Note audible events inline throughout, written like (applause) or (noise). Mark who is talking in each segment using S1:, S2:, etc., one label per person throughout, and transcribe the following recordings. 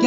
S1: ギ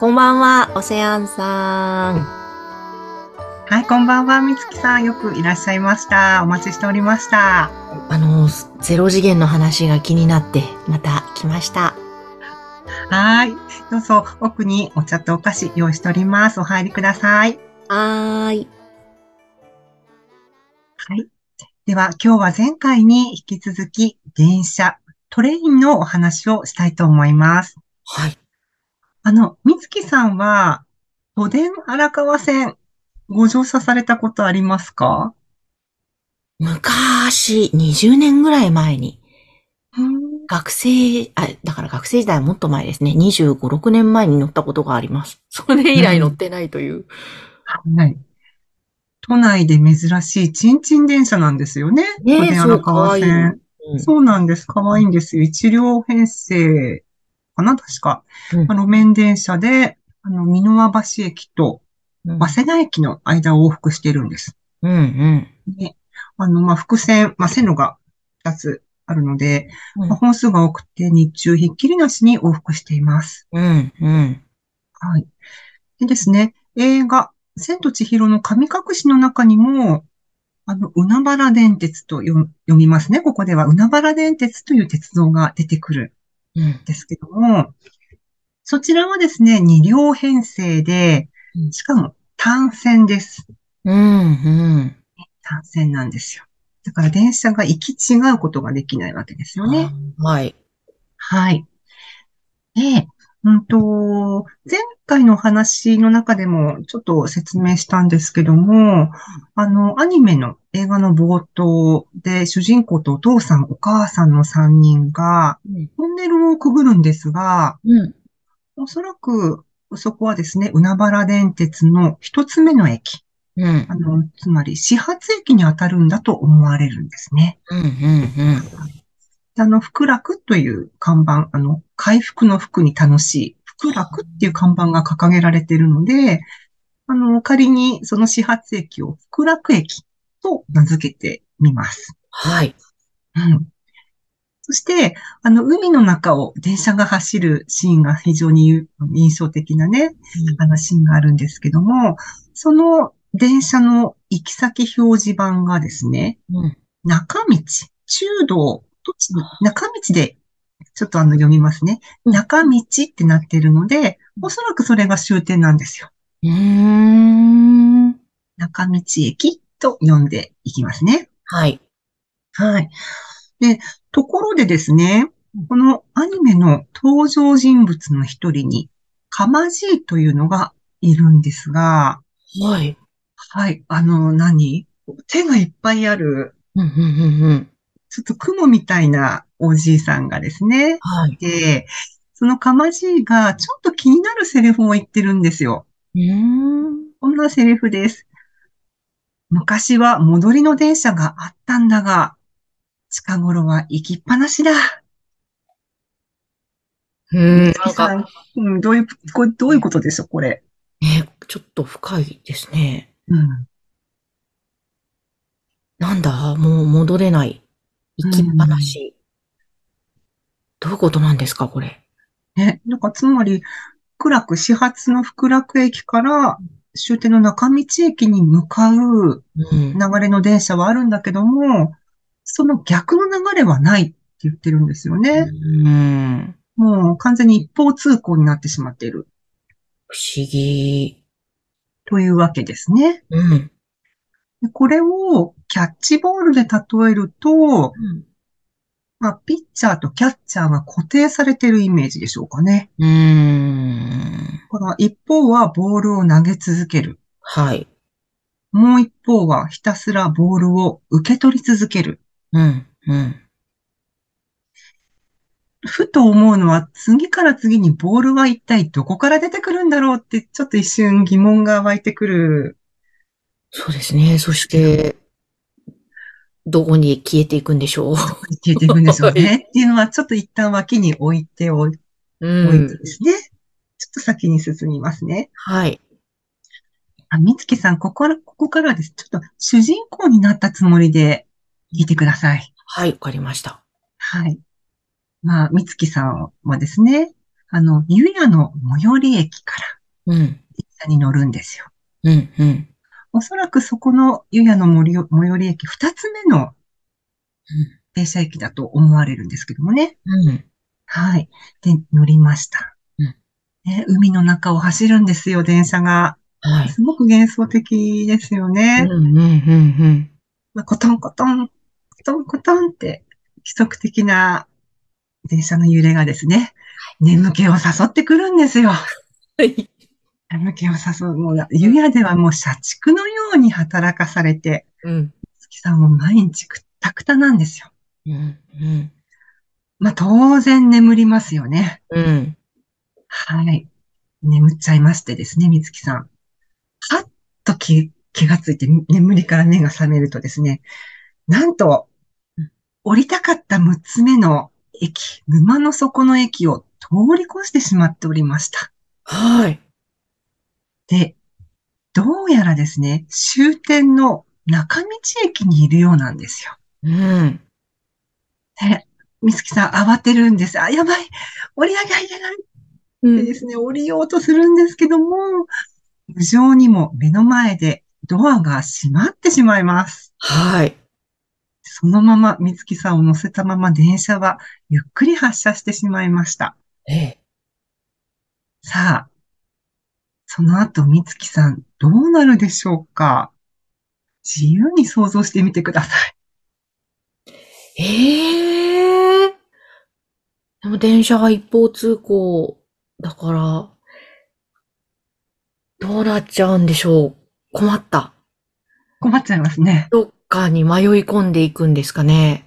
S2: こんばんは、オセアンさん。
S1: はいこんばんはみつきさんよくいらっしゃいましたお待ちしておりました
S2: あの、ゼロ次元の話が気になって、また来ました。
S1: はいどうぞ奥にお茶とお菓子用意しておりますお入りください
S2: はーい。
S1: はいでは今日は前回に引き続き電車トレインのお話をしたいと思います
S2: はい。
S1: あのみつきさんは都電荒川線ご乗車されたことありますか
S2: 昔、20年ぐらい前に、
S1: うん
S2: 学生、あ、だから学生時代はもっと前ですね。25、6年前に乗ったことがあります。 (laughs) それ以来乗ってないという。
S1: はい。都内で珍しいチンチン電車なんですよね。
S2: ねえ
S1: 都電荒川
S2: そう可愛い
S1: 線。そうなんです。可愛いんですよ。一両編成かな確か。
S2: うん
S1: あの、路面電車で、あの、美濃和橋駅と
S2: うん
S1: 早稲田駅の間を往復してるんです。
S2: うんうん。
S1: ね。あの、まあ、複線、まあ、線路が2つあるので、
S2: うん
S1: まあ本数が多くて日中ひっきりなしに往復しています。
S2: うんうん。
S1: はい。でですね、映画、千と千尋の神隠しの中にも、あの、海原電鉄とよ読みますね。ここでは、海原電鉄という鉄道が出てくる
S2: うん
S1: んですけども、そちらはですね、2両編成で
S2: う、ん
S1: しかも単線です。
S2: うんうん。
S1: 単線なんですよ。だから電車が行き違うことができないわけですよね。
S2: あ。はい。
S1: はい。で、うんと、前回の話の中でもちょっと説明したんですけども、あの、アニメの映画の冒頭で主人公とお父さん、お母さんの3人が
S2: うん
S1: トンネルをくぐるんですが、
S2: うん。
S1: おそらくそこはですね、海原電鉄の一つ目の駅。
S2: うん
S1: あの、つまり始発駅に当たるんだと思われるんですね。
S2: うんうん
S1: あの、福楽という看板、あの、回復の福に楽しい、福楽っていう看板が掲げられているので、あの、仮にその始発駅を福楽駅と名付けてみます。
S2: はい。
S1: うん。そして、あの、海の中を電車が走るシーンが非常に印象的なね、あのシーンがあるんですけども、その電車の行き先表示板がですね、
S2: うん
S1: 中道、中道、どっちの中道で、ちょっとあの読みますね。
S2: うん
S1: 中道ってなってるので、おそらくそれが終点なんですよ。
S2: うーん。
S1: 中道駅と読んでいきますね。
S2: はい。
S1: はい。で、ところでですね、このアニメの登場人物の一人に、かまじいというのがいるんですが、
S2: はい。
S1: はい、あの、何手がいっぱいある、
S2: うんうんうんうん。
S1: ちょっと雲みたいなおじいさんがですね、
S2: はい。
S1: で、そのかまじいがちょっと気になるセリフを言ってるんですよ。
S2: うーん。
S1: こんなセリフです。昔は戻りの電車があったんだが、近頃は行きっぱなしだ。
S2: うん。なんか、
S1: うん、どういう、これどういうことでしょう、これ。
S2: ね、ちょっと深いですね。
S1: うん。
S2: なんだ、もう戻れない。行きっぱなし。どういうことなんですか、これ。
S1: ね、なんかつまり、福楽、始発の福楽駅から終点の中道駅に向かう
S2: うん。
S1: 流れの電車はあるんだけども、その逆の流れはないって言ってるんですよね。
S2: うん。
S1: もう完全に一方通行になってしまっている
S2: 不思議。
S1: というわけですね。
S2: うん。
S1: でこれをキャッチボールで例えると、まあ、ピッチャーとキャッチャーが固定されているイメージでしょうかね。
S2: うん。
S1: この一方はボールを投げ続ける。
S2: はい。
S1: もう一方はひたすらボールを受け取り続ける。
S2: うん。うん。
S1: ふと思うのは、次から次にボールは一体どこから出てくるんだろうって、ちょっと一瞬疑問が湧いてくる。
S2: そうですね。そして、どこに消えていくんでしょう。
S1: 消えていくんでしょうね。っていうのは、ちょっと一旦脇に置いておい,、うん、いてですね。ちょっと先に進みますね。
S2: はい。
S1: あ、みつきさん、ここから、ここからです。ちょっと主人公になったつもりで聞いてください。
S2: はい、わかりました。
S1: はい。まあ、みつきさんはですね、あの、ゆやの最寄り駅から、うん。に乗るんですよ。
S2: うん、うん。
S1: おそらくそこのゆやの最寄り駅、二つ目の停車駅だと思われるんですけどもね。
S2: うん。
S1: はい。で、乗りました。うん。ね、海の中を走るんですよ、電車が。
S2: はい。
S1: すごく幻想的ですよね。
S2: うん、うん、うん、うん。。
S1: まあ、コトンコトン、コトンコトンって、規則的な電車の揺れがですね、眠気を誘ってくるんですよ。はい眠気を誘う。もう、ゆやではもう社畜のように働かされて、
S2: うん。
S1: 月さんも毎日くったくたなんですよ。
S2: うん。うん。
S1: まあ、当然眠りますよね。
S2: うん。
S1: はい。眠っちゃいましてですね、みつきさん。はっと気気がついて、眠りから目が覚めるとですね、なんと、降りたかった6つ目の駅、沼の底の駅を通り越してしまっておりました。
S2: はい。
S1: で、どうやらですね、終点の中道駅にいるようなんですよ。
S2: うん。
S1: で、みつきさん慌てるんです。あ、やばい降りなきゃいけないでですね、うん、降りようとするんですけども、無情にも目の前でドアが閉まってしまいます。
S2: はい。
S1: そのまま、みつきさんを乗せたまま電車はゆっくり発車してしまいました。
S2: ええ。
S1: さあ、その後、みつきさん、どうなるでしょうか自由に想像してみてくださ
S2: い。ええー。でも電車が一方通行だから、どうなっちゃうんでしょう困った。
S1: (laughs) 困っちゃいますね。
S2: どっかに迷い込んでいくんですかね。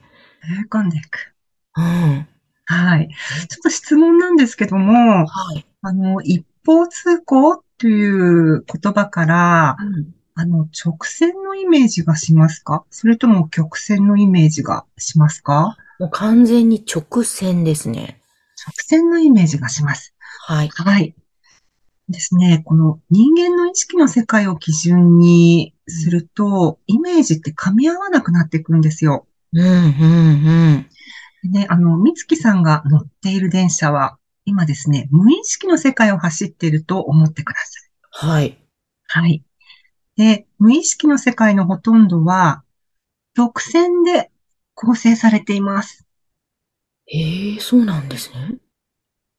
S1: 迷い込んでいく。
S2: うん。
S1: はい。ちょっと質問なんですけども、
S2: はい、
S1: あの、一方通行という言葉から、うん、あの、直線のイメージがしますかそれとも曲線のイメージがしますか
S2: もう完全に直線ですね。
S1: 直線のイメージがします。
S2: はい。
S1: はい。ですね。この人間の意識の世界を基準にすると、イメージって噛み合わなくなっていくんですよ。
S2: うん、うん、
S1: うん。ね、あの、みつきさんが乗っている電車は、今ですね、無意識の世界を走っていると思ってくだ
S2: さい。はい。
S1: はい。で、無意識の世界のほとんどは、直線で構成されています。
S2: ええー、そうなんですね。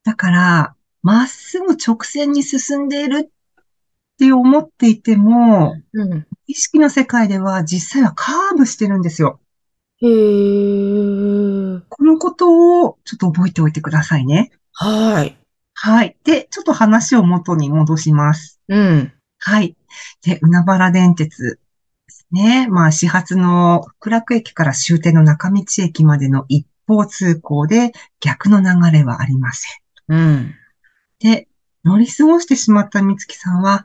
S1: だから、まっすぐ直線に進んでいるって思っていても、
S2: うん、
S1: 意識の世界では実際はカーブしてるんですよ。
S2: へー。
S1: このことをちょっと覚えておいてくださいね。
S2: はい。
S1: はい。で、ちょっと話を元に戻します。
S2: うん。
S1: はい。で、海原電鉄ですね。まあ、始発の福楽駅から終点の中道駅までの一方通行で逆の流れはありませ
S2: ん。うん。
S1: で、乗り過ごしてしまったみつきさんは、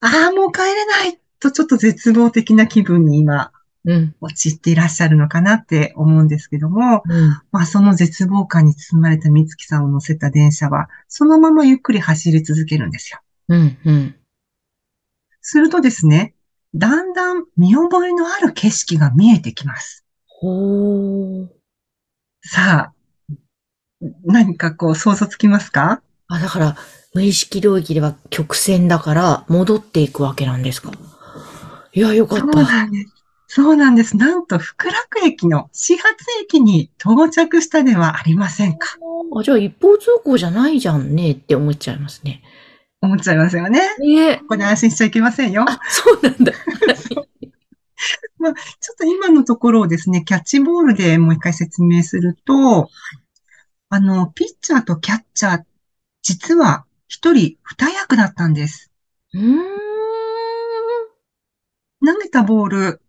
S1: ああ、もう帰れないとちょっと絶望的な気分に今、
S2: うん、
S1: 陥っていらっしゃるのかなって思うんですけども、
S2: うん、
S1: まあその絶望感に包まれたみつきさんを乗せた電車は、そのままゆっくり走り続けるんですよ。
S2: うんうん、
S1: するとですね、だんだん見覚えのある景色が見えてきます。
S2: ほー。
S1: さあ、何かこう想像つきますか
S2: あ、だから、無意識領域では曲線だから、戻っていくわけなんですか。いや、よかった。そう
S1: なんです。そうなんです。なんと、福楽駅の始発駅に到着したではありませんか。
S2: あ、じゃあ一方通行じゃないじゃんねって思っちゃいますね。
S1: 思っちゃいますよね。
S2: ね
S1: ここで安心しちゃいけませんよ。
S2: あ、そうなんだ。
S1: まあ、ちょっと今のところをですね、キャッチボールでもう一回説明すると、あの、ピッチャーとキャッチャー実は一人二役だったんです。
S2: うーん
S1: 投げたボール、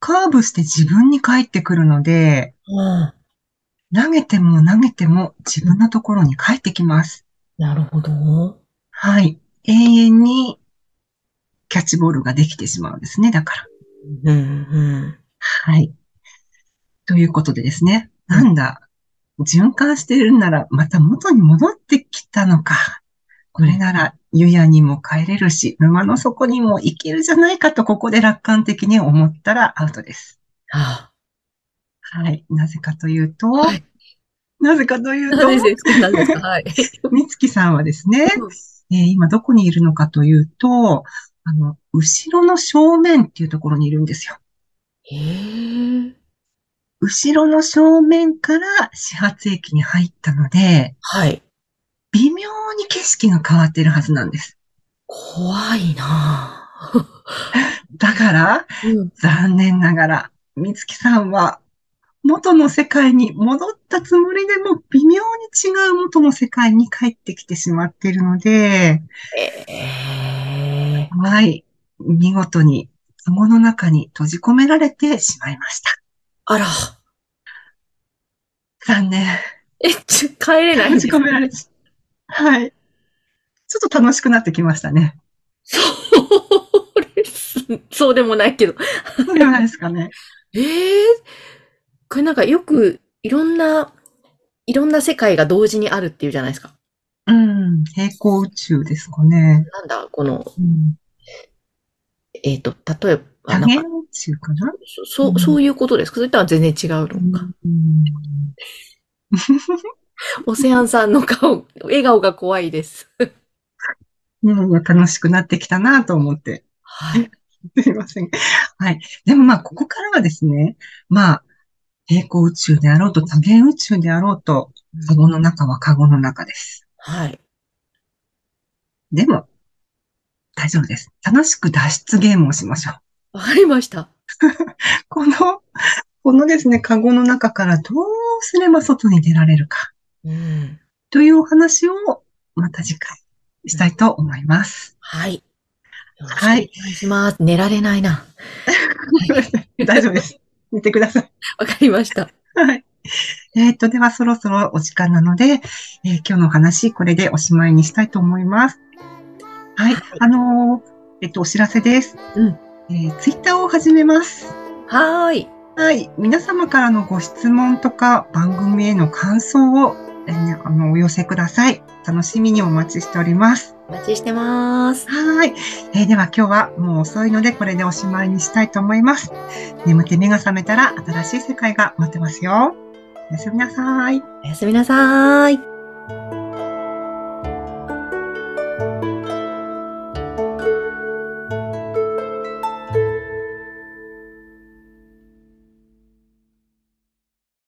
S1: カーブして自分に返ってくるので、
S2: うん、
S1: 投げても投げても自分のところに帰ってきます。
S2: なるほど。
S1: はい。永遠にキャッチボールができてしまうんですね。だから。
S2: うん、うん。
S1: はい。ということでですね。なんだ。循環しているなら、また元に戻ってきたのか。これなら、湯屋にも帰れるし、沼の底にも行けるじゃないかと、ここで楽観的に思ったらアウトです。
S2: あ
S1: はい。なぜかというと、
S3: はい
S1: なぜかという
S3: (laughs)
S1: と
S3: 何、ですか何ですか
S2: (laughs)
S3: はい。
S1: みつきさんはですね、えー今どこにいるのかというと、あの、後ろの正面っていうところにいるんですよ。
S3: へえ。
S1: 後ろの正面から始発駅に入ったので、
S2: はい。
S1: 微妙に景色が変わっているはずなんです。
S2: 怖いな
S1: だから、
S3: うん
S1: 残念ながら、みつきさんは、元の世界に戻ったつもりでも微妙に違う元の世界に帰ってきてしまっているので、
S2: ええ
S1: はい。見事に、籠の中に閉じ込められてしまいました。
S2: あら。
S1: 残念。
S3: (laughs) え、ちょ、帰れないん
S1: 閉
S3: です
S1: じ込められて。はい。ちょっと楽しくなってきましたね。
S3: そうです。そう (laughs) でもないけど。
S1: そうじゃないですかね。
S3: ええこれなんかよくいろんな、いろんな世界が同時にあるっていうじゃないですか。
S1: うん。平行宇宙ですかね。
S3: なんだ、この、
S1: うん。
S3: えっ、と、例えば、
S1: 多
S3: なん
S1: 元
S3: か、
S1: 宇宙かな
S3: そそう、そういうことですかそれとは全然違うのか。
S1: うん
S3: オセアンさんの顔、笑顔が怖いです。
S1: うんいや楽しくなってきたなと思って。
S3: はい。
S1: すいません。はい。でもまあ、ここからはですね、まあ、平行宇宙であろうと多元宇宙であろうと、カゴの中はカゴの中です。
S3: はい。
S1: でも、大丈夫です。楽しく脱出ゲームをしましょう。 (laughs)
S3: わかりました。
S1: この、このですね、カゴの中からどうすれば外に出られるか
S3: うん。
S1: というお話をまた次回したいと思います。
S3: はい。よろしくお
S1: は
S3: 願
S1: い
S3: いします。寝られないな。
S1: (laughs) 大丈夫です。見てください。
S3: わかりました。
S1: はい。えーっと、ではそろそろお時間なので、えー今日のお話、これでおしまいにしたいと思います。はい。あのーえっと、お知らせです。
S3: うん。
S1: えー、ツイッターを始めます。
S3: はーい。
S1: はい。皆様からのご質問とか番組への感想を、えーねあのお寄せください。楽しみにお待ちしております。
S3: お待ちしてます。
S1: はい、えーでは今日はもう遅いのでこれでおしまいにしたいと思います。眠って目が覚めたら新しい世界が待ってますよ。おやすみなさい。
S3: おやすみなさーい。